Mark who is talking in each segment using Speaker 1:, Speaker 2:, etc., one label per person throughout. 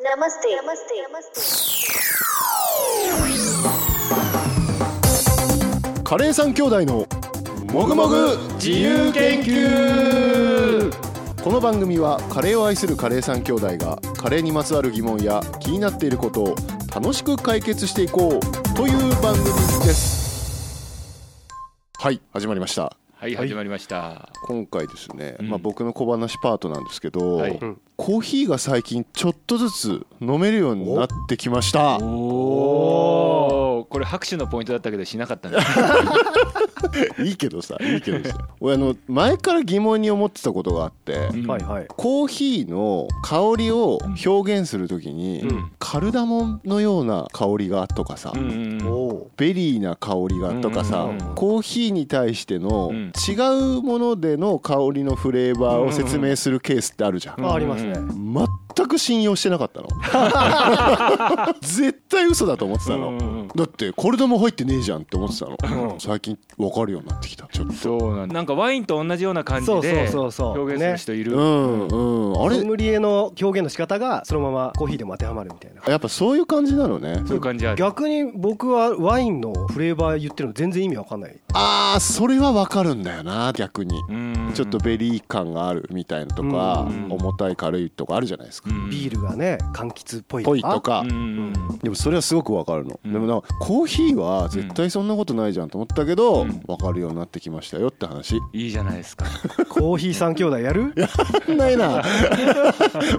Speaker 1: नमस्ते नमस्ते नमस्ते
Speaker 2: カレーさん兄弟のもぐもぐ自由研究この番組はカレーを愛するカレーさん兄弟がカレーにまつわる疑問や気になっていることを楽しく解決していこうという番組ですはい始まりました
Speaker 3: はい、始まりました。
Speaker 2: 今回ですね、
Speaker 3: うん
Speaker 2: まあ、僕の小話パートなんですけど、
Speaker 3: はい
Speaker 4: うん
Speaker 2: コーヒーが最近ちょっとずつ飲めるようになってきました
Speaker 3: おお、これ拍手のポイントだったけど、しなか ったね。
Speaker 2: いいけどさいいけどさ俺あの前から疑問に思ってたことがあって、
Speaker 4: はいはい。
Speaker 2: コーヒーの香りを表現するときに、
Speaker 4: うん
Speaker 2: カルダモンのような香りがとかさ、
Speaker 3: うんうんうん
Speaker 4: お
Speaker 2: ベリーな香りがとかさ、
Speaker 3: うんうんうん
Speaker 2: コーヒーに対しての
Speaker 3: うん
Speaker 2: 違うものでの香りのフレーバーを説明するケースってあるじゃん、
Speaker 3: うん
Speaker 4: お。あありますね。
Speaker 2: 全く信用してなかったの 絶対嘘だと思ってたの、
Speaker 3: うんうんうん
Speaker 2: だってカルダモン入ってねえじゃんって思ってたの、
Speaker 4: うん
Speaker 2: 最近分かるようになってきたちょっと
Speaker 3: そうなんだ。なんかワインと同じような感じ
Speaker 4: そうそう
Speaker 3: で
Speaker 4: そうそう。
Speaker 3: 表現する人いる。
Speaker 2: うんうんあ
Speaker 4: ね。
Speaker 2: れ
Speaker 4: ソムリエの表現の仕方がそのままコーヒーでも当てはまるみたいな。
Speaker 2: やっぱそういう感じなのね
Speaker 3: そういう感じある。
Speaker 4: 逆に僕はワインのフレーバー言ってるの全然意味わかんない。
Speaker 2: あーそれは分かるんだよな逆に
Speaker 3: うん
Speaker 2: ちょっとベリー感があるみたいなとか、
Speaker 4: うん
Speaker 2: 重たい軽いとかあるじゃないですか、
Speaker 3: うん
Speaker 4: ビールがね、柑橘っぽい
Speaker 2: ぽいと。か、
Speaker 3: うんうん
Speaker 2: でもそれはすごく分かるの、
Speaker 3: うん
Speaker 2: でもなんかコーヒーは絶対そんなことないじゃんと思ったけど、
Speaker 3: うん
Speaker 2: 分かるようになってきましたよって話、
Speaker 3: いいじゃないですか。
Speaker 4: コーヒー三兄弟やる？
Speaker 2: ない な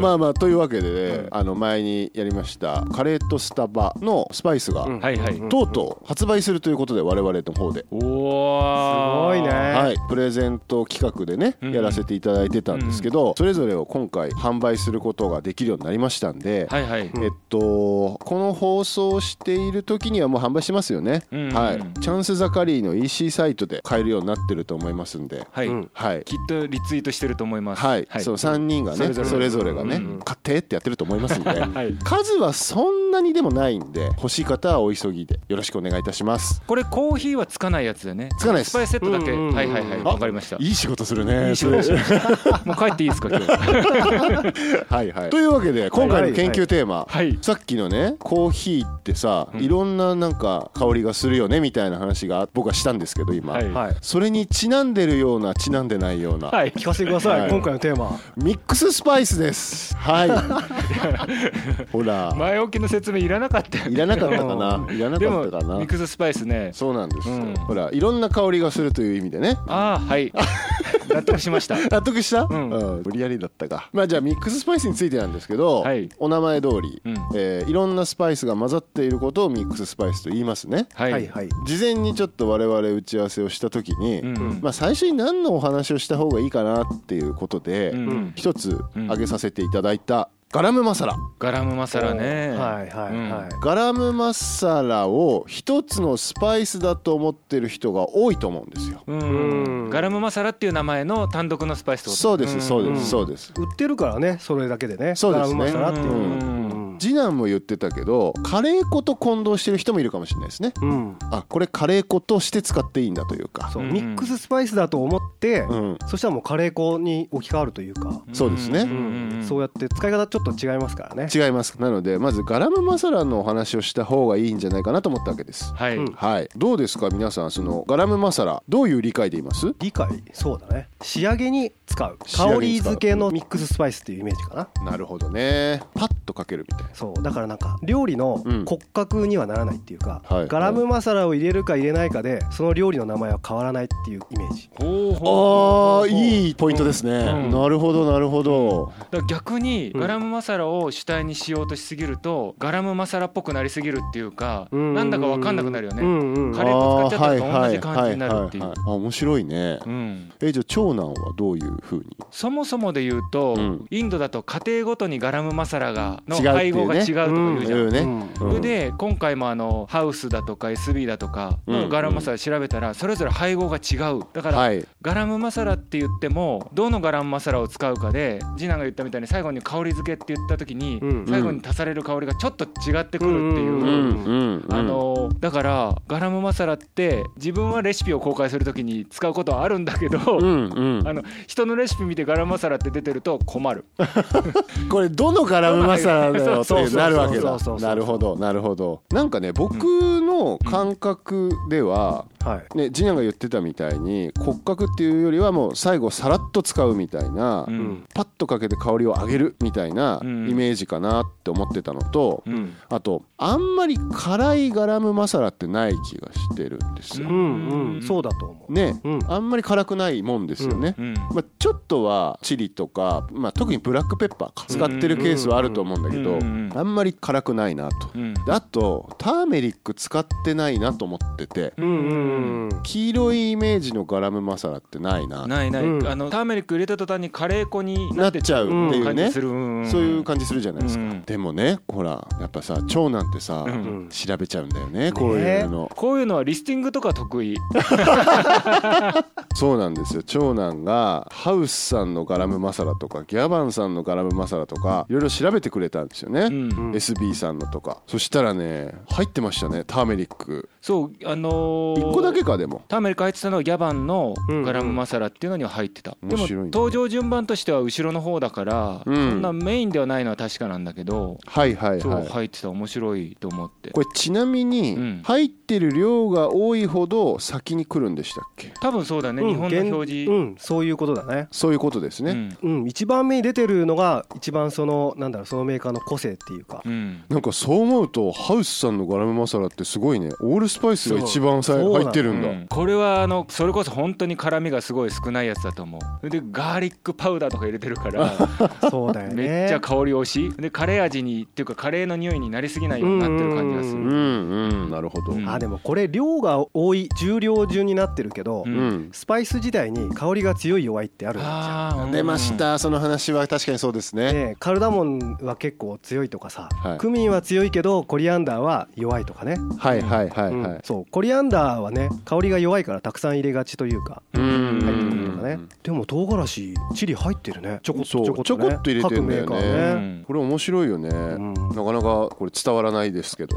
Speaker 2: まあまあというわけで、ねあの前にやりましたカレーとスタバのスパイスが、
Speaker 4: うん
Speaker 3: はいはい。
Speaker 2: とうとう発売するということで我々の方で
Speaker 3: おお。
Speaker 4: すごいね。。
Speaker 2: はい、プレゼント企画でね、
Speaker 3: うん
Speaker 2: やらせていただいてたんですけど、それぞれを今回販売することができるようになりましたんで、
Speaker 3: はいはい。
Speaker 2: えっと、この放送している時にはもう販売してますよね、
Speaker 3: うん
Speaker 2: は
Speaker 3: うん
Speaker 2: い、チャンスザカリーの EC サイトで買えるようになってると思いますんで、
Speaker 3: はい。
Speaker 4: うん
Speaker 2: はい
Speaker 3: きっとリツイートしてると思います。
Speaker 2: はいそう3人がねそ
Speaker 3: そ
Speaker 2: れ
Speaker 3: れ
Speaker 2: ぞ
Speaker 3: ぞれ
Speaker 2: れがね、
Speaker 3: うん
Speaker 2: 買ってってやってると思いますんで
Speaker 3: はい。
Speaker 2: 数はそんなにでもないんで欲しい方はお急ぎでよろしくお願いいたします
Speaker 3: これコーヒーはつかないやつだよね。
Speaker 2: つかないです
Speaker 3: スパイスセットだけ。
Speaker 4: うんうんうん
Speaker 3: はいはいはい。
Speaker 2: あ
Speaker 3: わかりました。
Speaker 2: いい仕事するね
Speaker 3: いい仕事しま した。もう帰っていいですか今日。
Speaker 2: はいはい、というわけで今回の研究テーマ、
Speaker 3: はいはい
Speaker 2: さっきのねコーヒーってさ、
Speaker 3: うん
Speaker 2: いろんななんか香りがするよねみたいな話が僕はしたんですけど今、
Speaker 3: はい
Speaker 4: はい。
Speaker 2: それにちなんでるようなちなんでないような、
Speaker 3: はい。
Speaker 4: 聞かせてくださ
Speaker 2: はい
Speaker 4: い。今回のテーマ。
Speaker 2: ミックススパイスですはい ほら、
Speaker 3: 前置きの説明いらなかったよ
Speaker 2: い
Speaker 3: ね
Speaker 2: らなかったかないらな
Speaker 3: で
Speaker 2: か
Speaker 3: も
Speaker 2: ったか
Speaker 3: ミ
Speaker 2: な
Speaker 3: ックススパイスね
Speaker 2: そうなんですよ、
Speaker 3: うん
Speaker 2: ほらいろんな香りがするという意味でね
Speaker 3: ああはい 納得しました
Speaker 2: 納得した、
Speaker 3: うん
Speaker 2: 無理やりだったかまあじゃあミックススパイスについてなんですけど、
Speaker 3: はい
Speaker 2: お名前通り、
Speaker 3: うん
Speaker 2: えーいろんなスパイスが混ざっていることをミックススパイスと言いますね
Speaker 3: はい、
Speaker 4: はいはい。
Speaker 2: 事前にちょっと我々打ち合わせをした時に、
Speaker 3: うん
Speaker 2: まあ、最初に何のお話をした方がいいかなっていうことで、
Speaker 3: うんうん
Speaker 2: 一つ挙げさせていただいたガラムマサラ
Speaker 3: ガラムマサラね
Speaker 4: はいはいはい。
Speaker 2: ガラムマサラを一つのスパイスだと思ってる人が多いと思うんですよ。
Speaker 3: うん、
Speaker 4: うん
Speaker 3: ガラムマサラっていう名前の単独のスパイスってこと
Speaker 2: そうですそうで
Speaker 4: うん
Speaker 2: すそうです。
Speaker 4: 売ってるからね、それだけでね。
Speaker 2: そうですね
Speaker 4: ガラムマサラっていう。
Speaker 2: うん
Speaker 4: うん
Speaker 2: 次男も言ってたけどカレー粉と混同してる人もいるかもしれないですね。
Speaker 4: うん。
Speaker 2: あこれカレー粉として使っていいんだというか。
Speaker 4: そう
Speaker 3: うん
Speaker 4: ミックススパイスだと思って
Speaker 2: う。ん
Speaker 4: そしたらもうカレー粉に置き換わるというか、
Speaker 2: そうですね
Speaker 4: そうやって使い方ちょっと違いますからね。
Speaker 2: 違いますなのでまずガラムマサラのお話をした方がいいんじゃないかなと思ったわけです
Speaker 3: はい、
Speaker 4: うん
Speaker 2: はいどうですか皆さんそのガラムマサラどういう理解でいます
Speaker 4: 理解そうだね仕上げに使う
Speaker 2: 仕上げ
Speaker 4: 香
Speaker 2: に
Speaker 4: り
Speaker 2: 使う
Speaker 4: 付けのミックススパイスっていうイメージかな
Speaker 2: なるほどねパッとかけるみたいな
Speaker 4: そうだからなんか料理の
Speaker 2: うん
Speaker 4: 骨格にはならないっていうか、
Speaker 2: はい
Speaker 4: ガラムマサラを入れるか入れないかでその料理の名前は変わらないっていうイメージ
Speaker 3: ほう
Speaker 2: あ
Speaker 3: ほうほうほう
Speaker 2: あいいポイントですね、
Speaker 3: うん
Speaker 2: なるほどなるほど、
Speaker 3: だから逆に
Speaker 4: うん
Speaker 3: ガラムマサラを主体にしようとしすぎるとガラムマサラっぽくなりすぎるっていうかなんだか分かんなくなるよね
Speaker 4: うんうん
Speaker 3: カレー粉使っちゃったのと同じ感じになるっていう
Speaker 2: あーはいはいはいはいあ面白いね
Speaker 3: うん
Speaker 2: えじゃあ長男はどういうふうに
Speaker 3: そもそもで言うと、
Speaker 2: うん
Speaker 3: インドだと家庭ごとにガラムマサラが
Speaker 2: 違
Speaker 3: の
Speaker 2: うってい
Speaker 3: 配
Speaker 2: うね
Speaker 3: 合が違うとか言うじゃん。
Speaker 2: 言うね、
Speaker 4: う
Speaker 3: それで今回もあのハウスだとか SB だとか
Speaker 2: うん
Speaker 3: のガラムマサラ調べたらそれぞれ配合が違うだから
Speaker 2: はい
Speaker 3: ガラムマサラって言ってもどのガラムマサラを使うかで次男が言ったみたいに最後に香り付けって言った時に
Speaker 4: うん
Speaker 3: 最後に足される香りがちょっと違ってくるっていう
Speaker 4: うん
Speaker 3: う
Speaker 2: うん、うん、
Speaker 3: あのだからガラムマサラって自分はレシピを公開する時に使うことはあるんだけど
Speaker 2: うんうん
Speaker 3: あの人のレシピ見てガラムマサラって出てると困る。
Speaker 2: これどのガラムマサラだよっっていうなるわけ
Speaker 4: そ
Speaker 2: だ
Speaker 4: うそうそうそう
Speaker 2: なるほどなるほどなんかね僕の感覚では、
Speaker 4: はい
Speaker 2: ね、ジニャが言ってたみたいに骨格っていうよりはもう最後さらっと使うみたいな、
Speaker 3: うん
Speaker 4: うん
Speaker 2: パッとかけて香りを上げるみたいなイ
Speaker 3: うん
Speaker 2: メージかなって思ってたのと、
Speaker 3: うん
Speaker 2: あとあんまり辛いガラムマサラってない気がしてるんです
Speaker 4: う
Speaker 2: よ。
Speaker 4: んうんそうだと思う
Speaker 2: ね、
Speaker 4: うん
Speaker 2: あんまり辛くないもんですよね。
Speaker 3: うん
Speaker 2: まあ、ちょっとはチリとか、まあ、特にブラックペッパーか使ってるケースはあると思うんだけ
Speaker 3: う
Speaker 2: ど
Speaker 3: んうんうん
Speaker 2: あんまり辛くないなと。
Speaker 3: うん
Speaker 2: であとターメリック使ってないなと思ってて
Speaker 4: うんうんうん
Speaker 2: 黄色いイメージのガラムマサラってないな
Speaker 3: ないない、
Speaker 4: うん
Speaker 3: あのターメリック入れた途端にカレー粉に
Speaker 2: な
Speaker 3: な
Speaker 2: っ
Speaker 3: って
Speaker 2: ちゃうっていう
Speaker 3: 感
Speaker 2: ね
Speaker 3: じする、ん
Speaker 2: そういう感じするじゃないですか、
Speaker 3: うん
Speaker 2: でもねほらやっぱさ長男ってさ、
Speaker 3: うん
Speaker 4: うん
Speaker 2: 調べちゃうんだよねこういうの、
Speaker 3: こういうのはリスティングとか得意
Speaker 2: そうなんですよ長男がハウスさんのガラムマサラとかギャバンさんのガラムマサラとかいろいろ調べてくれたんですよね、
Speaker 3: うん
Speaker 4: うん
Speaker 2: SB さんのとかそしたらね入ってましたねターメリック
Speaker 3: そうあのー
Speaker 2: 1個だけかでも
Speaker 3: ターメリック入ってたのはギャバンのガラムマサラっていうのには入ってた、
Speaker 2: うん
Speaker 3: でも
Speaker 2: 面白いね
Speaker 3: 登場順番としては後ろの方だから、
Speaker 2: うん
Speaker 3: そんなメインではないのは確かなんだけど、
Speaker 2: はいはい
Speaker 3: そう
Speaker 2: はい
Speaker 3: 入ってた面白いと思って
Speaker 2: これちなみ
Speaker 3: う
Speaker 2: に
Speaker 3: ん
Speaker 2: 入ってる量が多いほど先に来るんでしたっけ
Speaker 3: 多分そうだね、
Speaker 4: うん
Speaker 3: 日本の表示、
Speaker 4: うんそういうことだね
Speaker 2: そういうことです
Speaker 3: う
Speaker 2: ね、
Speaker 3: ん
Speaker 4: うん一番目に出てるのが一番そのなんだろうそのメーカーの個性っていう か
Speaker 3: うん
Speaker 2: なんかそう思うとハウスさんのガラムマサラってすごいねオールスパイスが一番さ
Speaker 4: そう
Speaker 2: 入ってるんだ、
Speaker 3: うんこれはあのそれこそ本当に辛みがすごい少ないやつだと思うそれでガーリックパウダーとか入れてるから
Speaker 4: そうだよね
Speaker 3: めっちゃ香り推しでカレー味にっていうかカレーの匂いになりすぎないようになってる感じがす
Speaker 2: う
Speaker 3: る
Speaker 2: んうんなるほど、
Speaker 3: うん
Speaker 4: あでもこれ量が多い重量順になってるけど、
Speaker 3: うん
Speaker 2: うん
Speaker 4: スパイス自体に香りが強い弱いってあるんじゃん
Speaker 3: あー
Speaker 2: 出ました、その話は確かにそうですね、
Speaker 4: でカルダモンは結構強いとかさ、
Speaker 2: はい
Speaker 4: クミンは強いけどコリアンダーは弱いとかね、
Speaker 2: はいはいはいはい、
Speaker 4: うんそうコリアンダーはね香りが弱いからたくさん入れがちというか
Speaker 2: う
Speaker 4: 入
Speaker 2: ん
Speaker 4: ってくるのがねでも唐辛子チリ入ってるねちょこっと
Speaker 2: そう
Speaker 4: ちょこっと,、ね、
Speaker 2: ちょこっと入れてんだよね
Speaker 4: 各メーカー
Speaker 3: う
Speaker 4: ね、
Speaker 3: ん
Speaker 2: これ面白いよね、
Speaker 4: うん
Speaker 2: なかなかこれ伝わらないですけど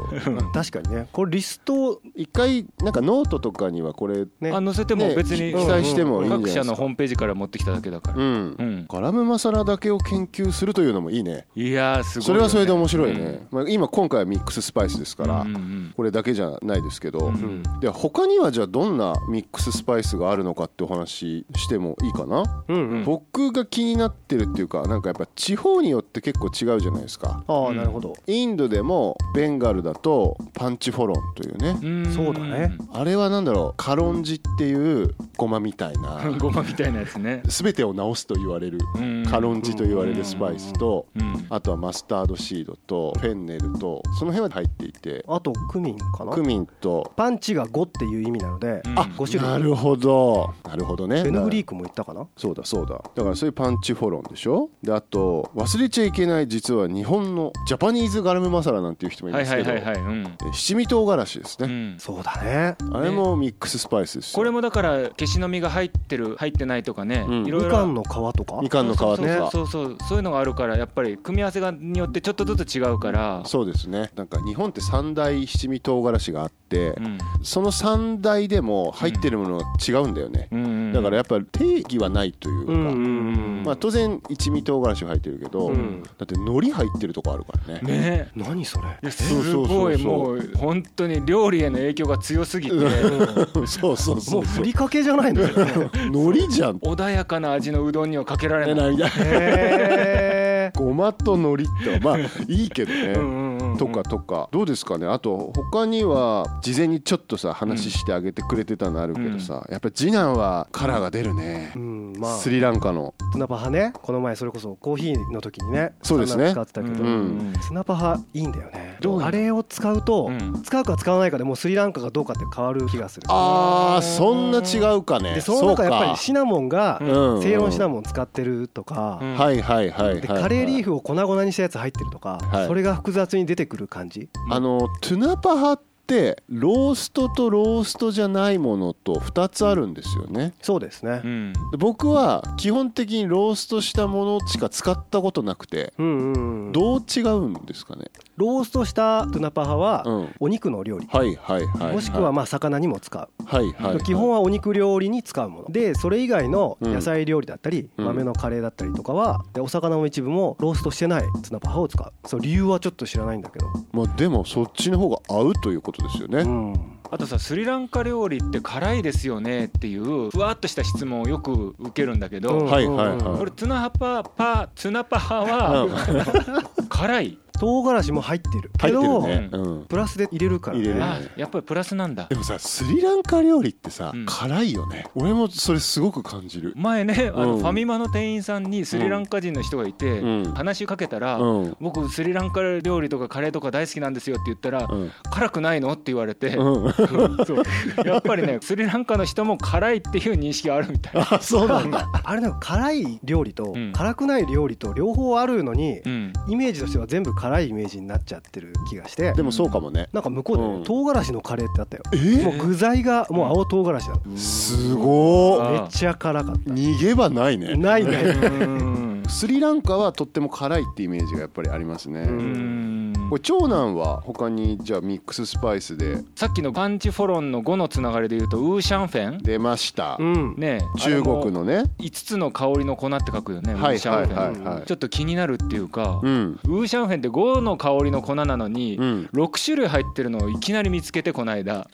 Speaker 4: 確かにねこれリスト
Speaker 2: 一回なんかノートとかにはこれ
Speaker 4: ね
Speaker 3: あ載せても別
Speaker 2: ね
Speaker 3: に
Speaker 2: 記載してもいいんじゃない
Speaker 3: 各
Speaker 2: ですか
Speaker 3: 社のホームページから持ってきただけだから、
Speaker 2: うん、
Speaker 3: うん
Speaker 2: ガラムマサラだけを研究するというのもいいね
Speaker 3: いやーすごい
Speaker 2: それはそれで面白いね、
Speaker 3: うん
Speaker 2: まあ、今今回はミックススパイスですから、
Speaker 3: うんうん
Speaker 2: これだけじゃないですけど、
Speaker 3: うん
Speaker 4: ん
Speaker 2: では他にはじゃあどんなミックススパイスがあるのかってお話してもいいかな、
Speaker 4: うんうん
Speaker 2: 僕が気になってるっていうかなんかやっぱ地方によって結構違うじゃないですか
Speaker 4: ああなるほど、
Speaker 2: インドでもベンガルだとパンチフォロンというね、
Speaker 3: うんん
Speaker 4: そうだね
Speaker 2: あれはなんだろうカロンジっていうゴマみたいな
Speaker 3: ごまみたいなやつね
Speaker 2: 全てを直すと言われる
Speaker 3: うん
Speaker 2: カロンジと言われるスパイスと
Speaker 3: うん
Speaker 2: あとはマスタードシードとフェンネルとその辺は入っていて
Speaker 4: あとクミンかな
Speaker 2: クミンと
Speaker 4: パンチが5っていう意味なので、
Speaker 3: うん
Speaker 4: あ5種
Speaker 2: な
Speaker 4: 類
Speaker 2: るほどなるほどね
Speaker 4: ベヌグリークも言ったかな
Speaker 2: そうだそうだだからそういうパンチフォロンでしょであと忘れちゃいけない実は日本のジャパニーズガラムマサラなんていう人もい
Speaker 3: は
Speaker 2: ま
Speaker 3: い
Speaker 2: す
Speaker 3: は
Speaker 2: け
Speaker 3: い
Speaker 2: ど
Speaker 3: はいはいうん
Speaker 2: え七味唐辛子です
Speaker 3: う
Speaker 2: ね、
Speaker 3: ん
Speaker 4: そうだね
Speaker 2: あれもミックススパイスですよ
Speaker 3: これもだから消しの実が入ってる入ってないとかね
Speaker 2: うん
Speaker 3: いろい
Speaker 4: み
Speaker 3: ろ
Speaker 4: かんの皮とか
Speaker 2: みかんの皮とか
Speaker 3: そうそうそうそうそういうのがあるからやっぱり組み合わせがによってちょっとずつ違うから
Speaker 2: そうですねなんか日本って三大七味唐辛子があって、
Speaker 3: うん
Speaker 2: その三大でも入ってるものが違うんだよね、
Speaker 3: うんうん
Speaker 2: だからやっぱり定義はないというか、
Speaker 3: うん
Speaker 2: まあ、当然一味唐辛子は入ってるけど、
Speaker 4: うん
Speaker 2: だって海苔入ってるとこあるからね
Speaker 3: ね
Speaker 4: 何それ
Speaker 3: いや
Speaker 2: そう
Speaker 3: す
Speaker 2: そうそ
Speaker 3: ご
Speaker 2: う
Speaker 3: い
Speaker 2: そう
Speaker 3: もう本当に料理への影響が強すぎて
Speaker 2: そうそうそ
Speaker 4: もう
Speaker 2: うそ
Speaker 4: ふ
Speaker 2: う
Speaker 4: りかけじゃないの
Speaker 2: 海苔じゃん
Speaker 3: 穏やかな味のうどんにはかけられない。
Speaker 2: みたいな
Speaker 4: へえ
Speaker 2: ごまと海苔ってまあいいけどね、
Speaker 3: うんうんうん
Speaker 2: とかとかどうですかねあと他には事前にちょっとさ話してあげてくれてたのあるけどさ、やっぱり次男はカラーが出るね
Speaker 4: う、んまあ
Speaker 2: スリランカの
Speaker 4: 砂パハねこの前それこそコーヒーの時にね
Speaker 2: そうですね
Speaker 4: 砂使ってたけど、
Speaker 2: うん
Speaker 4: 砂パハいいんだよね
Speaker 3: どうなの
Speaker 4: あれを使うと、
Speaker 3: うん
Speaker 4: 使うか使わないかでもうスリランカがどうかって変わる気がする
Speaker 2: あーそんな違うかね
Speaker 4: でその中やっぱりシナモンが
Speaker 3: う
Speaker 2: うん
Speaker 4: セイロンシナモン使ってるとか、
Speaker 3: うん
Speaker 2: はいはいはいはい
Speaker 4: でカレーリ
Speaker 2: フ
Speaker 4: ーフを粉々にしたやつ入ってるとか、
Speaker 2: はい
Speaker 4: それが複雑に出てくる感じ
Speaker 2: あのトゥナパハってローストとローストじゃないものと2つあるんですよね
Speaker 4: そうですね
Speaker 3: う、ん
Speaker 2: で僕は基本的にローストしたものしか使ったことなくて
Speaker 4: うんうんうん、
Speaker 2: どう違うんですかね
Speaker 4: ローストしたトゥナパハは
Speaker 2: うん
Speaker 4: お肉の料理、
Speaker 2: はいはいはいい
Speaker 4: もしくはまあ魚にも使う、
Speaker 2: はいはい
Speaker 4: 基本はお肉料理に使うものでそれ以外の
Speaker 2: うん
Speaker 4: 野菜料理だったり、
Speaker 2: うん
Speaker 4: 豆のカレーだったりとかはでお魚の一部もローストしてないツナパハを使うそう理由はちょっと知らないんだけど、
Speaker 2: まあでもそっちの方が合うということですよね、
Speaker 4: うん、
Speaker 3: あとさスリランカ料理って辛いですよねっていうふわっとした質問をよく受けるんだけど、
Speaker 4: うん
Speaker 2: はいはいはい
Speaker 4: うん
Speaker 3: これツナハパパツナパハ
Speaker 2: うん
Speaker 3: は辛い、
Speaker 4: 唐辛子も入ってるけ
Speaker 2: 入ってる
Speaker 4: ど
Speaker 2: ね、う、
Speaker 3: うん
Speaker 4: プラスで入れるから、ね、
Speaker 2: 入れる
Speaker 3: あやっぱりプラスなんだ
Speaker 2: でもさスリランカ料理ってさ、
Speaker 3: うん
Speaker 2: 辛いよね俺もそれすごく感じる、
Speaker 3: 前ねあの
Speaker 2: うん
Speaker 3: ファミマの店員さんにスリランカ人の人がいて、
Speaker 2: うん
Speaker 3: 話しかけたら、
Speaker 2: うん
Speaker 3: 僕スリランカ料理とかカレーとか大好きなんですよって言ったら、
Speaker 2: うん
Speaker 3: 辛くないのって言われて、
Speaker 2: うん
Speaker 3: そうやっぱりねスリランカの人も辛いっていう認識があるみたいな。
Speaker 2: あそうなんだ
Speaker 4: あれなんか辛い料理と
Speaker 3: うん
Speaker 4: 辛くない料理と両方あるのに、
Speaker 3: うん
Speaker 4: イメージとしては全部辛いイメージになっちゃってる気がして
Speaker 2: でもそうかもね
Speaker 4: なんか向こうでね、
Speaker 2: うん
Speaker 4: 唐辛子のカレーってあったよ
Speaker 2: え
Speaker 4: もう具材がもう青唐辛子な
Speaker 2: すご
Speaker 3: うん
Speaker 2: ー
Speaker 4: のめっちゃ辛かっ
Speaker 2: 逃げ場ない
Speaker 4: た
Speaker 2: ね
Speaker 4: ないね
Speaker 3: うん
Speaker 2: スリランカはとっても辛いってイメージがやっぱりありますね、
Speaker 4: うん
Speaker 2: これ長男は他にじゃあミックススパイスで
Speaker 3: さっきのパンチフォロンの5のつながりで言うとウーシャンフェン
Speaker 2: 出ました、
Speaker 4: うん
Speaker 3: ねえ
Speaker 2: 中国のね
Speaker 3: 5つの香りの粉って書くよねウ
Speaker 2: は
Speaker 3: ー
Speaker 2: い
Speaker 3: シャ
Speaker 2: は
Speaker 3: ン
Speaker 2: い
Speaker 3: フェン、
Speaker 2: はい
Speaker 4: うん
Speaker 2: はい
Speaker 3: ちょっと気になるっていうか、
Speaker 2: うん
Speaker 3: ウーシャンフェンって5の香りの粉なのに、
Speaker 2: うん
Speaker 3: 6種類入ってるのをいきなり見つけてこな いだ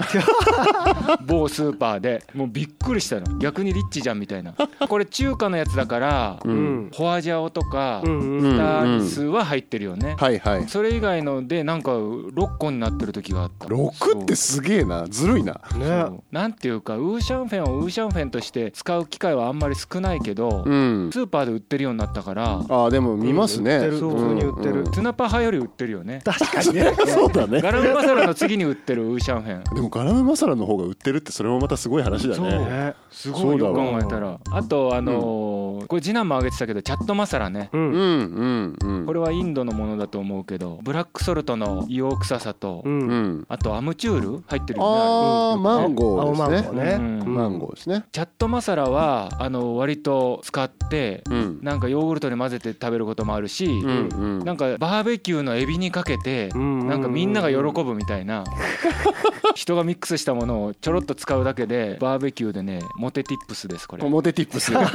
Speaker 3: 某スーパーでもうびっくりしたの逆にリッチじゃんみたいなこれ中華のやつだから
Speaker 2: う
Speaker 4: うんん
Speaker 3: ホアジャオとか
Speaker 4: うんうん
Speaker 2: うん
Speaker 3: ダーリスは入ってるよね、
Speaker 2: はいはい
Speaker 3: それ以外のでなんか6個になってる時があった
Speaker 2: 6ってすげえなずるいな
Speaker 3: そ
Speaker 4: ね
Speaker 3: うなんていうかウーシャンフェンをウーシャンフェンとして使う機会はあんまり少ないけど、
Speaker 2: うん
Speaker 3: スーパーで売ってるようになったか
Speaker 2: あ
Speaker 3: ら
Speaker 2: ーでも見ますね
Speaker 4: 売ってる
Speaker 2: うん
Speaker 4: 普通に売ってる
Speaker 2: うん
Speaker 3: ツナパハより売ってるよね
Speaker 4: 確かにね
Speaker 2: そうだね
Speaker 3: ガラムマサラの次に売ってるウーシャンフェン
Speaker 2: でもガラムマサラの方が売ってるってそれもまたすごい話だね
Speaker 4: ね
Speaker 3: す
Speaker 2: そ
Speaker 3: ご
Speaker 2: う
Speaker 3: い
Speaker 2: だ
Speaker 3: よ
Speaker 2: わ
Speaker 3: く考えたらあとあのーこれ次男も挙げてたけどチャットマサラね
Speaker 4: う
Speaker 2: うんんうんうん
Speaker 3: これはインドのものだと思うけどブラックソルトの硫黄臭さと
Speaker 4: う
Speaker 2: うんん
Speaker 3: あとアムチュール入ってるよね
Speaker 2: ああ
Speaker 4: うん
Speaker 2: マンゴ
Speaker 4: 青マ
Speaker 2: ー
Speaker 4: ンゴ
Speaker 2: です
Speaker 4: ー
Speaker 2: ね
Speaker 4: ね
Speaker 3: うん
Speaker 4: うん
Speaker 2: マンゴーですね
Speaker 3: チャットマサラはあの割と使って
Speaker 2: うん
Speaker 3: なんかヨーグルトに混ぜて食べることもあるし
Speaker 2: うんうん
Speaker 3: なんかバーベキューのエビにかけて
Speaker 4: うん
Speaker 3: なんかみんなが喜ぶみたいな人がミックスしたものをちょろっと使うだけでバーベキューでねモテティップスですこれチ
Speaker 2: モテティップスね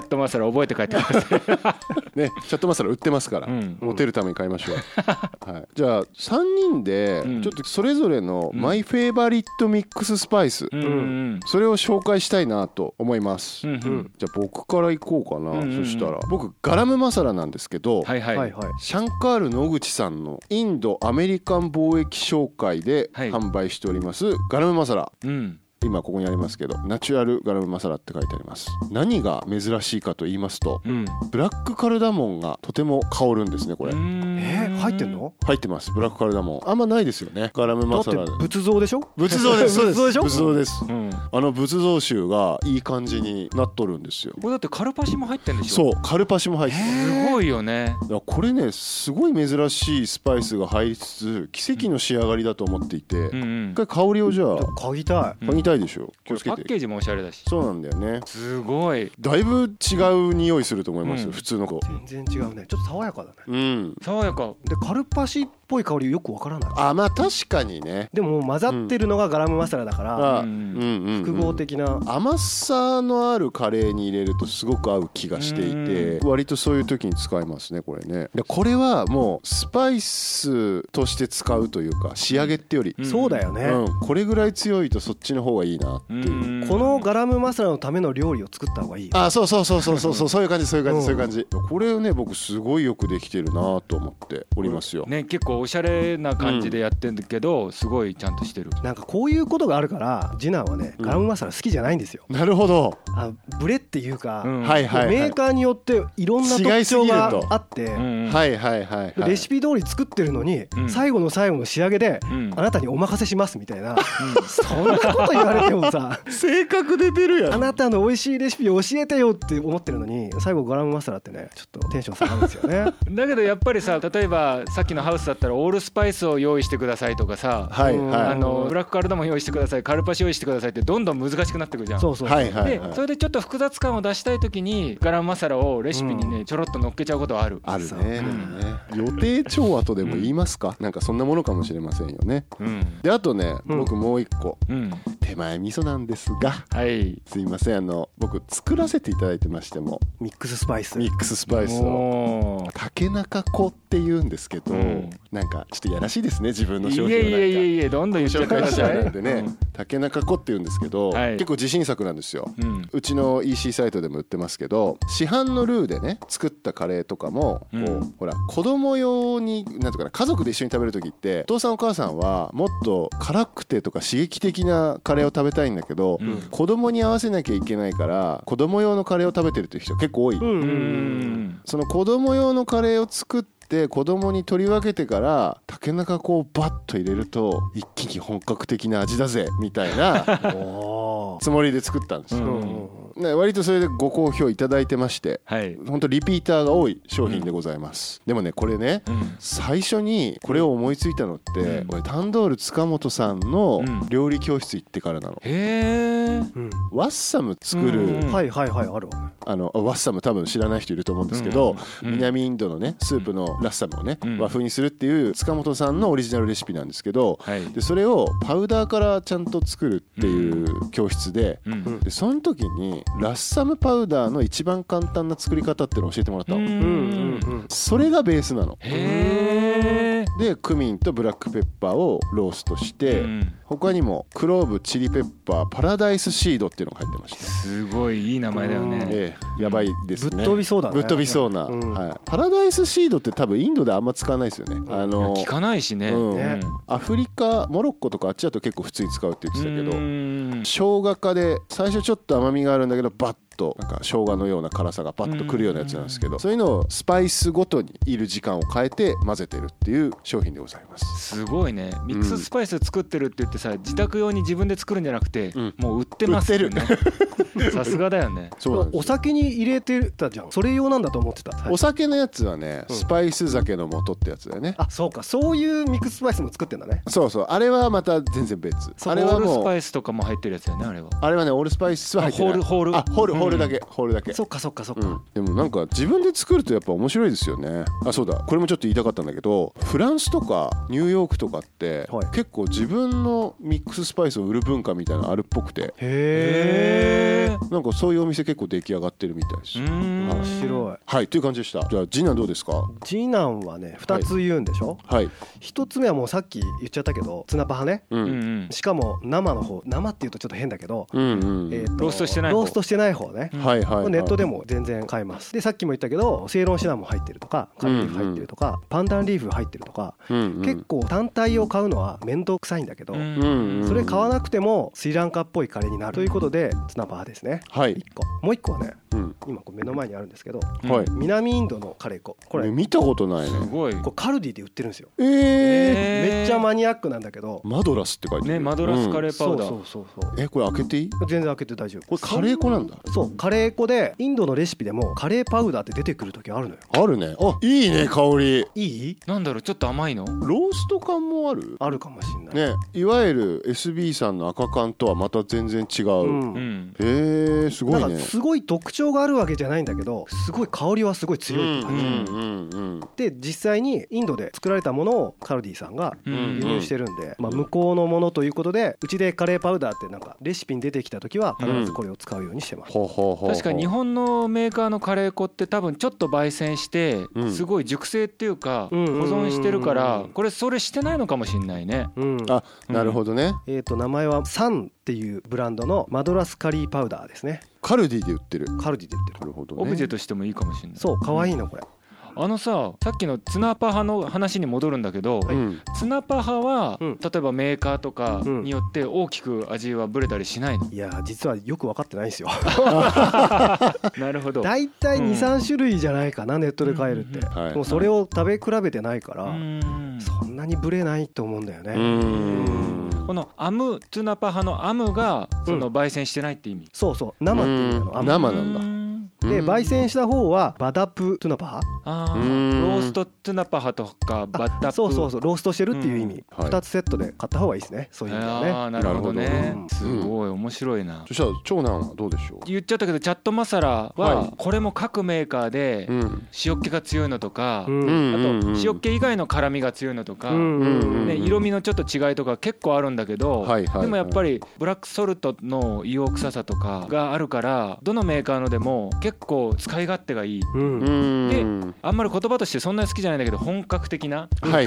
Speaker 3: ャットマサラ覚えて帰ってください、
Speaker 2: チャットマサラ売ってますから
Speaker 3: うん
Speaker 2: モテるために買いましょうはいじゃあ3人で
Speaker 3: うん
Speaker 2: ちょっとそれぞれの
Speaker 3: うん
Speaker 2: マイフェイバリットミックススパイス
Speaker 3: うんうん
Speaker 2: それを紹介したいなと思います
Speaker 3: うんうん
Speaker 2: じゃあ僕からいこうか
Speaker 3: うんうんう
Speaker 2: なんそしたら僕ガラムマサラなんですけど
Speaker 3: はいはい
Speaker 4: はいはい
Speaker 2: シャンカール野口さんのインドアメリカン貿易商会で
Speaker 3: はい
Speaker 2: 販売しておりますガラムマサラ
Speaker 3: うん
Speaker 2: 今ここにありますけどナチュラルガラムマサラって書いてあります何が珍しいかと言いますと
Speaker 3: うん
Speaker 2: ブラックカルダモンがとても香るんですねこれ
Speaker 4: えー入ってんの
Speaker 2: 入ってますブラックカルダモンあんまないですよねガラム
Speaker 4: だ
Speaker 2: マ
Speaker 4: って
Speaker 2: サラ
Speaker 4: 仏像でしょ
Speaker 2: 仏像です
Speaker 4: 仏像でしょ
Speaker 2: 仏像です
Speaker 3: うん
Speaker 2: あの仏像集がいい感じになっとるんですよ
Speaker 3: これだってカルパシも入ってんでしょ
Speaker 2: そうカルパシも入ってる
Speaker 3: すごいよね
Speaker 2: だからこれねすごい珍しいスパイスが入りつつ奇跡の仕上がりだと思っていて、
Speaker 3: うんうん
Speaker 2: 一回香りをじゃあ
Speaker 4: 嗅ぎた
Speaker 3: うん
Speaker 2: 嗅ぎたいでしょ、気を
Speaker 3: これ
Speaker 2: つ
Speaker 3: パ
Speaker 2: け
Speaker 3: ッケ
Speaker 2: て
Speaker 3: ージもおしゃれだし
Speaker 2: そうなんだよね
Speaker 3: すごい
Speaker 2: だいぶ違う匂いすると思いますよ、
Speaker 3: うん
Speaker 2: 普通の子
Speaker 4: い全然違うねちょっと爽やかだね
Speaker 2: うん
Speaker 3: 爽やか
Speaker 4: でカルパシっぽい香りよくわからない
Speaker 2: あまあ確かにね
Speaker 4: でももう混ざってるのがガラムマサラだから
Speaker 2: あ、う
Speaker 3: うんん
Speaker 2: うんうん
Speaker 4: 複合的な
Speaker 2: 甘さのあるカレーに入れるとすごく合う気がしていて割とそういう時に使いますねこれねでこれはもうスパイスとして使うというか仕上げってより、
Speaker 3: うん
Speaker 4: そうだよね
Speaker 2: うん、これぐらい強いとそっちの方がいいなって
Speaker 3: う
Speaker 2: い
Speaker 3: ん
Speaker 2: う、
Speaker 3: うん
Speaker 4: このガラムマサラのための料理を作った方がいい
Speaker 2: あそうそうそうそうそうそうそういう感じそういう感じ
Speaker 4: うん
Speaker 2: そういう感じこれね僕すごいよくできてるなと思っておりますよ、
Speaker 3: ね結構おしゃれな感じでやってんだけどすごいちゃんとしてる
Speaker 4: なんかこういうことがあるから次男はね
Speaker 2: うん
Speaker 4: ガラムマサラ好きじゃないんですよ
Speaker 2: なるほど、
Speaker 4: あブレっていうか、
Speaker 3: うん
Speaker 2: はいはいはい
Speaker 4: メーカーによっていろんな特徴があって、
Speaker 3: うん
Speaker 2: はいはいはい、はい、
Speaker 4: レシピ通り作ってるのに、
Speaker 3: うん
Speaker 4: 最後の最後の仕上げで、
Speaker 3: うん
Speaker 4: あなたにお任せしますみたいな、そんなこと言われてもさ
Speaker 2: 性格出てるや
Speaker 4: あ
Speaker 2: ん
Speaker 4: なたの美味しいレシピ教えてよって思ってるのに 最後ガラムマサラってねちょっとテンション下がるんですよね。
Speaker 3: だけどやっぱりさ例えばさっきのハウスだったらオールスパイスを用意してくださいとかさ、
Speaker 2: はい
Speaker 4: うん
Speaker 2: はい
Speaker 3: あのブラックカルダモン用意してくださいカルパシ用意してくださいってどんどん難しくなってくるじゃん。
Speaker 4: そうそうそう
Speaker 2: はいはい
Speaker 3: で
Speaker 2: はい
Speaker 3: それでちょっと複雑感を出したい時にガラムマサラをレシピにね、
Speaker 4: う
Speaker 3: ちょろっと乗っけちゃうことはある。
Speaker 2: ある
Speaker 4: そう
Speaker 2: ねでもね予定調和とでも言いますか、なんかそんなものかもしれませんよね
Speaker 3: うん、
Speaker 2: であとね、
Speaker 4: うん
Speaker 2: 僕もう一個
Speaker 3: うん、
Speaker 2: 手前味噌なんですが
Speaker 3: はい。
Speaker 2: すいませんあの僕作らせていただいてましても
Speaker 4: ミックススパイス
Speaker 2: ミックススパイスを
Speaker 3: も
Speaker 2: 竹中粉って言うんですけど、
Speaker 3: うん
Speaker 2: なんかちょっとやらしいですね自分
Speaker 3: う
Speaker 2: の
Speaker 3: い
Speaker 2: 商
Speaker 3: え
Speaker 2: 品
Speaker 3: いえいえ
Speaker 2: え
Speaker 3: いえどんどん言っちゃっ
Speaker 2: 紹
Speaker 3: て
Speaker 2: 介
Speaker 3: くだ
Speaker 2: した
Speaker 3: さい。
Speaker 2: なんでね、竹中粉って言うんですけど、
Speaker 3: はい
Speaker 2: 結構自信作なんですよ
Speaker 3: うん、うん
Speaker 2: うちの EC サイトでも売ってますけど市販のルーでね作ったカレーとかもこう、
Speaker 3: うん
Speaker 2: ほら子供用になんとかな家族で一緒に食べる時ってお父さんお母さんはもっと辛くてとか刺激的なカレーを食べたいんだけど、
Speaker 3: うん
Speaker 2: 子供に合わせなきゃいけないから子供用のカレーを食べてるっていう人結構多い、
Speaker 4: うん
Speaker 3: う
Speaker 4: うんうん
Speaker 3: ん
Speaker 2: その子供用のカレーを作って子供に取り分けてから竹中粉をバッと入れると一気に本格的な味だぜみたいな
Speaker 4: おー
Speaker 2: つもりで作ったんですよ、
Speaker 3: う
Speaker 4: うんん
Speaker 2: ね、割とそれでご好評いただいてまして
Speaker 3: はい。
Speaker 2: 本当リピーターが多い商品でございます、でもねこれね
Speaker 3: うん
Speaker 2: 最初にこれを思いついたのって、
Speaker 3: うん
Speaker 2: 俺タンドール塚本さんの
Speaker 3: うん
Speaker 2: 料理教室行ってからなの、
Speaker 3: へえ。
Speaker 4: うん
Speaker 2: ワッサム作る、
Speaker 3: うん
Speaker 4: はいはいはいあるわね
Speaker 2: あのワッサム多分知らない人いると思うんですけど、
Speaker 3: うんうん
Speaker 2: 南インドのねスープのラッサムをね、
Speaker 3: うん
Speaker 2: 和風にするっていう塚本さんのオリジナルレシピなんですけど、
Speaker 3: はい。
Speaker 2: でそれをパウダーからちゃんと作るっていう教室で
Speaker 3: うん
Speaker 4: うん
Speaker 2: でその時にラッサムパウダーの一番簡単な作り方っていうのを教えてもらったの、
Speaker 4: うんうんうん
Speaker 2: それがベースなの
Speaker 3: へえ。
Speaker 2: でクミンとブラックペッパーをローストして、
Speaker 3: うん
Speaker 2: 他にもクローブチリペッパーパラダイスシードっていうのが入ってました
Speaker 3: すごいいい名前だよ
Speaker 4: うん
Speaker 3: ね。
Speaker 2: ええ、やばいですね
Speaker 4: ぶっ飛びそうだね
Speaker 2: ぶっ飛びそうな、
Speaker 4: うん
Speaker 2: はい、パラダイスシードって多分インドであんま使わないですよね、あ
Speaker 3: いや
Speaker 2: の
Speaker 3: 聞かないしね。
Speaker 2: うん
Speaker 4: ね
Speaker 2: アフリカモロッコとかあっちだと結構普通に使うって言ってたけど
Speaker 3: うん
Speaker 2: 生姜科で最初ちょっと甘みがあるんだけどバッとなんか生姜のような辛さがバッとくるようなやつなんですけどそういうのをスパイスごとにいる時間を変えて混ぜてるっていう商品でございます
Speaker 3: すごいねミックススパイス作ってるって言ってさ自宅用に自分で作るんじゃなくて、
Speaker 2: うん
Speaker 3: もう売ってますよね さすがだよね
Speaker 2: そうなんです
Speaker 4: お酒に入れてたじゃんそれ用なんだと思ってた
Speaker 2: お酒のやつはね
Speaker 4: うん
Speaker 2: スパイス酒の素ってやつだよね
Speaker 4: あそうかそういうミックススパイスも作ってんだね
Speaker 2: そうそうあれはまた全然別
Speaker 3: そ
Speaker 2: あ
Speaker 3: こ
Speaker 2: れ
Speaker 3: オー
Speaker 2: は
Speaker 3: ル
Speaker 2: も
Speaker 3: ス
Speaker 2: う
Speaker 3: パイスとかも入ってるやつだよねあれは
Speaker 2: あれはねオールスパイスは入ってない
Speaker 3: あホールホール
Speaker 2: あホール
Speaker 3: うん
Speaker 2: ホールだけ、ホールだけ
Speaker 4: そっかそっかそっ
Speaker 2: う
Speaker 4: か
Speaker 2: ん、でもなんか自分で作るとやっぱ面白いですよねあそうだこれもちょっと言いたかったんだけどフランスとかニューヨークとかって、
Speaker 4: はい
Speaker 2: 結構自分のミックススパイスを売る文化みたいなのあるっぽくて
Speaker 4: へえ
Speaker 2: なんかそういうお店結構出来上がってるみたいです、
Speaker 3: うーん
Speaker 2: 面
Speaker 4: 面白い
Speaker 2: はいという感じでしたじゃあ次男どうですか
Speaker 4: 次男はね2つ言うんでしょ、
Speaker 2: はい
Speaker 4: 一1つ目はもうさっき言っちゃったけどツナパハね
Speaker 2: うん、
Speaker 3: うんうん
Speaker 4: しかも生の方生っていうとちょっと変だけど、
Speaker 2: うんうん
Speaker 4: えーと
Speaker 3: ローストしてない方
Speaker 4: ローストしてない方ね、
Speaker 3: うん
Speaker 2: はいはい、はい、
Speaker 4: ネットで
Speaker 2: も
Speaker 4: も全然買えますでさっきも言ったけどセイロンシナモン入ってるとかカルリーフ入ってるとか、パンダンリーフ入ってるとか、結構単体を買うのは面倒くさいんだけど、
Speaker 3: うん
Speaker 2: うんうん
Speaker 4: それ買わなくてもスリランカっぽいカレーになるということでツナパハですね
Speaker 2: はい
Speaker 4: 1、個もう1個はね
Speaker 2: うん
Speaker 4: 今こう目の前にあるんですけど
Speaker 3: うん
Speaker 2: はい
Speaker 4: 南インドのカレー粉こ
Speaker 2: こ
Speaker 4: れ
Speaker 2: れ
Speaker 4: こ
Speaker 2: 見たことない
Speaker 3: す
Speaker 2: ね
Speaker 3: ごい
Speaker 4: れカルディで売ってるんですよ
Speaker 2: えー、
Speaker 3: えー
Speaker 4: めっちゃマニアックなんだけど
Speaker 2: マドラスって書いてある
Speaker 3: ねマドラスカレーパ
Speaker 4: そ
Speaker 3: ウ
Speaker 4: う
Speaker 3: ダ
Speaker 4: そ
Speaker 3: ー
Speaker 4: うそうそう
Speaker 2: えこれ開けていい
Speaker 4: 全然開けて大丈
Speaker 2: こ
Speaker 4: 夫
Speaker 2: れカレー粉なんだ
Speaker 4: そうカレー粉でインドのレシピでもカレーパウダーって出てくる時あるのよ
Speaker 2: あるねあいいね香り
Speaker 4: いい
Speaker 3: なんだろうちょっと甘いの
Speaker 2: ロースト感もある
Speaker 4: あるかもしんない、
Speaker 2: ねいわゆる SB さんの赤缶とはまた全然違う、
Speaker 4: うん
Speaker 3: うん
Speaker 2: へえすご
Speaker 4: ないん
Speaker 2: ね
Speaker 4: かすごい特徴があるわけじゃないんだけどすごい香りはすごい強いって
Speaker 2: う
Speaker 4: 感じ、
Speaker 2: んうんうん
Speaker 4: で実際にインドで作られたものをカルディさんが
Speaker 3: うん
Speaker 4: 輸入してるんで、まあ、向こうのものということでうちでカレーパウダーってなんかレシピに出てきた時は必ずこれを使うようにしてます、
Speaker 2: ほうほうほう
Speaker 3: 確か日本のメーカーのカレー粉って多分ちょっと焙煎して
Speaker 2: うん
Speaker 3: すごい熟成っていうか保
Speaker 4: うんうんうんうん
Speaker 3: 存してるからこれそれしてないのかもしんないね
Speaker 4: うん
Speaker 2: あなるほどね、
Speaker 4: えー、と名前はサンっていうブランドのマドラスカリーパウダーですね
Speaker 2: カルディで売ってる
Speaker 4: カルディで売ってる
Speaker 2: なるほどね
Speaker 3: オブジェとしてもいいかもしんない
Speaker 4: そう可愛いのこれ
Speaker 3: あのささっきのツナパハの話に戻るんだけど、
Speaker 2: うん
Speaker 3: ツナパハは、
Speaker 4: うん
Speaker 3: 例えばメーカーとか
Speaker 4: うん
Speaker 3: によって大きく味はブレたりしないの
Speaker 4: いやー実はよく分かってないんですよ
Speaker 3: なるほど
Speaker 4: 大体
Speaker 3: うん
Speaker 4: 23種類じゃないかなネットで買えるって
Speaker 3: うんうん
Speaker 2: はい
Speaker 4: もうそれを食べ比べてないか
Speaker 3: う
Speaker 4: ら
Speaker 3: ん
Speaker 4: そんなにブレないと思うんだよ
Speaker 2: うー
Speaker 4: ね
Speaker 2: ん
Speaker 3: このアムツナパハのアムがその焙煎してないって意味、
Speaker 4: そうそう生っていうの
Speaker 2: う
Speaker 4: あ
Speaker 2: ん
Speaker 4: ん
Speaker 2: 生
Speaker 4: ま
Speaker 2: なんだ
Speaker 3: だ
Speaker 2: う
Speaker 4: で焙煎した方はバダプトゥナパ
Speaker 3: あー
Speaker 2: うーん
Speaker 3: ローストトゥナパハとかバッ
Speaker 4: ハ
Speaker 3: タ
Speaker 4: そうそうそううローストしてるっていう意味、
Speaker 2: うんはい
Speaker 4: 2つセットで買った方がいいですねそういう意味ではね
Speaker 3: ああなるほど
Speaker 2: な
Speaker 4: る
Speaker 3: ね
Speaker 4: ほど
Speaker 3: すごい面白いな
Speaker 2: そしたら長男はどうでしょ
Speaker 3: 言っちゃったけどチャットマサラ
Speaker 2: は
Speaker 3: はいこれも各メーカーで
Speaker 2: ううん
Speaker 3: 塩っ気が強いのとか
Speaker 4: うん
Speaker 2: う
Speaker 4: うん
Speaker 2: ん
Speaker 3: あと
Speaker 2: うんうん
Speaker 3: 塩っ気以外の辛みが強いのとか
Speaker 2: うん
Speaker 3: ね、色味のちょっと違いとか結構あるんだけど、
Speaker 2: はいはい
Speaker 3: でもやっぱりブラックソルトの硫黄臭さとかがあるからどのメーカーのでも結構使い勝手がいい
Speaker 4: うん
Speaker 2: うん
Speaker 3: あんまり言葉としてそんなに好きじゃないんだけど本格的な、
Speaker 2: はい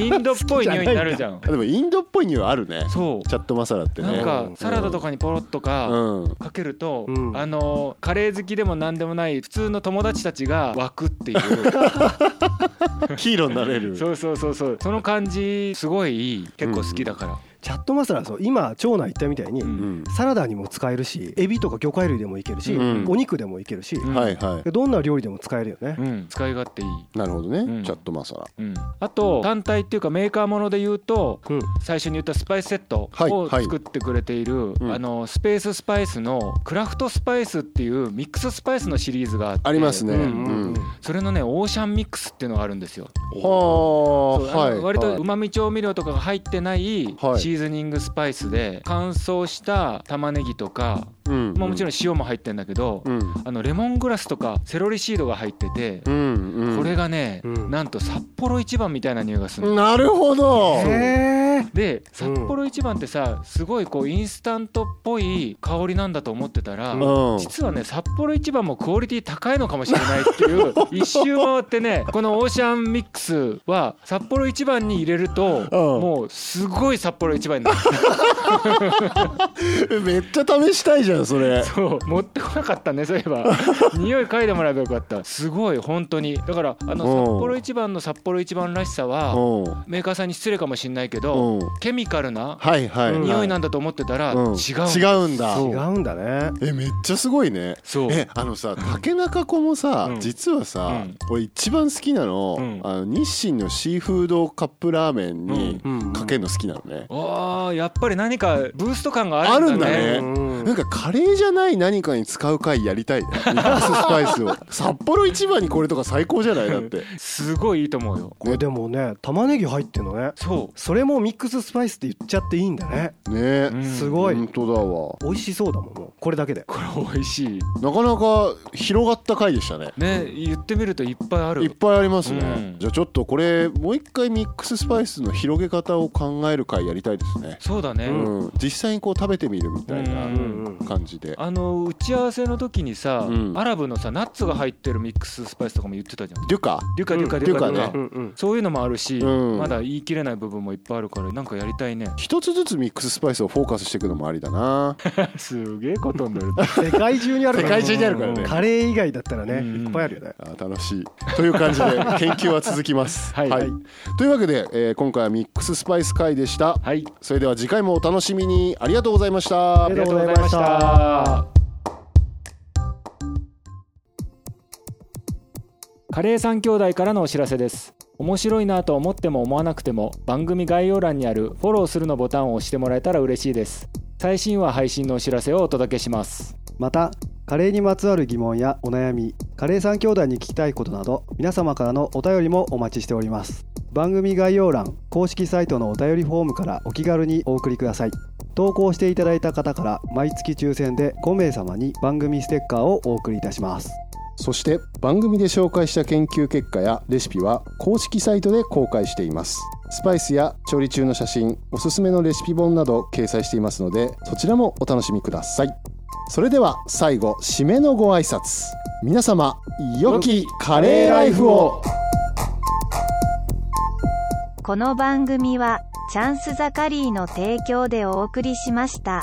Speaker 3: ね、インドっぽい匂いになるじゃん
Speaker 2: あでもインドっぽい匂いあるね
Speaker 3: そ
Speaker 2: チャットマサラって
Speaker 3: う
Speaker 2: ね
Speaker 3: なんかサラダとかにポロッと
Speaker 2: う
Speaker 3: か
Speaker 2: ん
Speaker 3: かけると、
Speaker 4: うん
Speaker 3: あのカレー好きでも何でもない普通の友達たちが湧くっていう
Speaker 2: ヒーローになれる
Speaker 3: そうそうそうそうその感じすごいいい結構好きだから、
Speaker 4: チャットマスラーはそう今長男言ったみたいに、
Speaker 3: う
Speaker 2: うん
Speaker 4: サラダにも使えるしエビとか魚介類でもいけるし、
Speaker 2: うん
Speaker 4: お肉でもいけるし、
Speaker 3: うん
Speaker 2: はいは
Speaker 4: でどんな料理でも使えるよね、
Speaker 3: うん、使い勝手いい
Speaker 2: いなるほどね、
Speaker 3: うん
Speaker 2: チャットマサラ
Speaker 3: うん、あと単体っていうかメーカーもので言うと
Speaker 4: うん
Speaker 3: 最初に言ったスパイスセット
Speaker 2: はい
Speaker 3: を
Speaker 2: はい
Speaker 3: 作ってくれている、
Speaker 2: ん
Speaker 3: あのスペーススパイスのクラフトスパイスっていうミックススパイスのシリーズがあって
Speaker 2: ありますね、
Speaker 3: う
Speaker 2: うん
Speaker 3: んそれのねオーシャンミックスっていうのがあるんですよ
Speaker 2: は
Speaker 3: そう
Speaker 2: あ
Speaker 3: あ
Speaker 2: はい
Speaker 3: の割と
Speaker 2: はいう
Speaker 3: まみ調味料とかが入ってないシ
Speaker 2: はい
Speaker 3: ーズニングスパイスで乾燥した玉ねぎとか、
Speaker 2: うん
Speaker 3: まあ、もちろん塩も入ってんだけど、
Speaker 2: うん
Speaker 3: あのレモングラスとかセロリシードが入ってて、
Speaker 2: うんうん
Speaker 3: これがね、
Speaker 4: うん
Speaker 3: なんと札幌一番みたいな匂いがするの
Speaker 2: なるほど
Speaker 4: へー
Speaker 3: で
Speaker 4: う
Speaker 3: 札
Speaker 4: ん
Speaker 3: 幌一番ってさすごいこうインスタントっぽい香りなんだと思ってたら、
Speaker 2: うん
Speaker 3: 実はね札幌一番もクオリティ高いのかもしれないっていう 一周回ってねこのオーシャンミックスは札幌一番に入れると、もうすごい札幌一番になる
Speaker 2: めっちゃ試したいじゃんそれ
Speaker 3: そう持ってこなかったねそういえば匂い嗅いでもらえばよかったすごい本当にだからあの
Speaker 2: うん
Speaker 3: 札幌一番の札幌一番らしさは
Speaker 2: うん
Speaker 3: メーカーさんに失礼かもしれないけど
Speaker 2: うん
Speaker 3: ケミカルな
Speaker 2: はいはいはい
Speaker 3: 匂いなんだと思ってたら違う、
Speaker 2: うん違うんだ
Speaker 4: 違うんだね
Speaker 2: えめっちゃすごいね
Speaker 3: そう
Speaker 2: えあのさ竹中子もさ、
Speaker 3: うん
Speaker 2: 実はさ、
Speaker 3: うん
Speaker 2: 俺一番好きなの,、
Speaker 3: うん
Speaker 2: あの日清のシーフードカップラーメンに
Speaker 4: うんうん
Speaker 2: かけるの好きなのね、
Speaker 3: あーやっぱり何かブースト感が
Speaker 2: あ
Speaker 3: あ
Speaker 2: る
Speaker 3: る
Speaker 2: ん
Speaker 3: ん
Speaker 2: だ
Speaker 3: だね
Speaker 2: ね、
Speaker 4: うん
Speaker 2: なんかカレーじゃない何かに使う回やりたいねミックススパイスを札幌一番にこれとか最高じゃないだって
Speaker 3: すごいいいと思うよ
Speaker 4: これでもね玉ねぎ入ってんのね
Speaker 3: そ
Speaker 4: それもミックススパイスって言っちゃっていいんだね
Speaker 2: ね
Speaker 3: う、うん
Speaker 4: すごい
Speaker 2: 本当だわ
Speaker 4: 美味しそうだもんもうこれだけで
Speaker 3: これ美味しい
Speaker 2: なかなか広がった回でしたね
Speaker 3: ね言ってみるといっぱいあ
Speaker 2: いっ
Speaker 3: る
Speaker 2: ぱいありますね、
Speaker 3: うん
Speaker 2: じゃあちょっとこれもう一回ミックススパイスの広げ方を考える回やりたいですね
Speaker 3: そうだね、
Speaker 2: うん、実際にこう食べてみるみたいな
Speaker 3: うん
Speaker 4: うん
Speaker 2: 感じで、
Speaker 3: あの打ち合わせの時にさ、
Speaker 2: うん
Speaker 3: アラブのさナッツが入ってるミックススパイスとかも言ってたじゃん
Speaker 2: デュカ
Speaker 3: デュカデュカデュカ
Speaker 2: デュカね
Speaker 3: デュ
Speaker 4: う
Speaker 3: カ
Speaker 4: んうん
Speaker 3: そういうのもあるし、
Speaker 2: うん
Speaker 3: まだ言い切れない部分もいっぱいあるからなんかやりたいね
Speaker 2: 一つずつミックススパイスをフォーカスしていくのもありだな
Speaker 3: すげえことになる
Speaker 4: 世界中にあるから
Speaker 2: 世界中にあるからね
Speaker 4: カレー以外だったらね
Speaker 3: うん
Speaker 4: いっぱいあるよね
Speaker 2: あー楽しいという感じで研究 は続きます
Speaker 3: はい
Speaker 2: というわけで、えー今回はミックススパイス回でした、
Speaker 3: はい
Speaker 2: それでは次回もお楽しみにありがとうございました
Speaker 4: あり
Speaker 3: ありがと
Speaker 4: がと
Speaker 3: う
Speaker 4: う
Speaker 3: ござ
Speaker 4: ござ
Speaker 3: い
Speaker 4: い
Speaker 3: まし
Speaker 4: ましたた。
Speaker 3: カレー三兄弟からのお知らせです。面白いなと思っても思わなくても番組概要欄にあるフォローするのボタンを押してもらえたら嬉しいです。最新話配信のお知らせをお届けします。
Speaker 4: またカレーにまつわる疑問やお悩みカレー三兄弟に聞きたいことなど皆様からのお便りもお待ちしております番組概要欄公式サイトのお便りフォームからお気軽にお送りください投稿していただいた方から毎月抽選で5名様に番組ステッカーをお送りいたします
Speaker 2: そして番組で紹介した研究結果やレシピは公式サイトで公開していますスパイスや調理中の写真おすすめのレシピ本など掲載していますのでそちらもお楽しみくださいそれでは最後締めのご挨拶皆様良きカレーライフを
Speaker 1: この番組はチャンスザカリーの提供でお送りしました。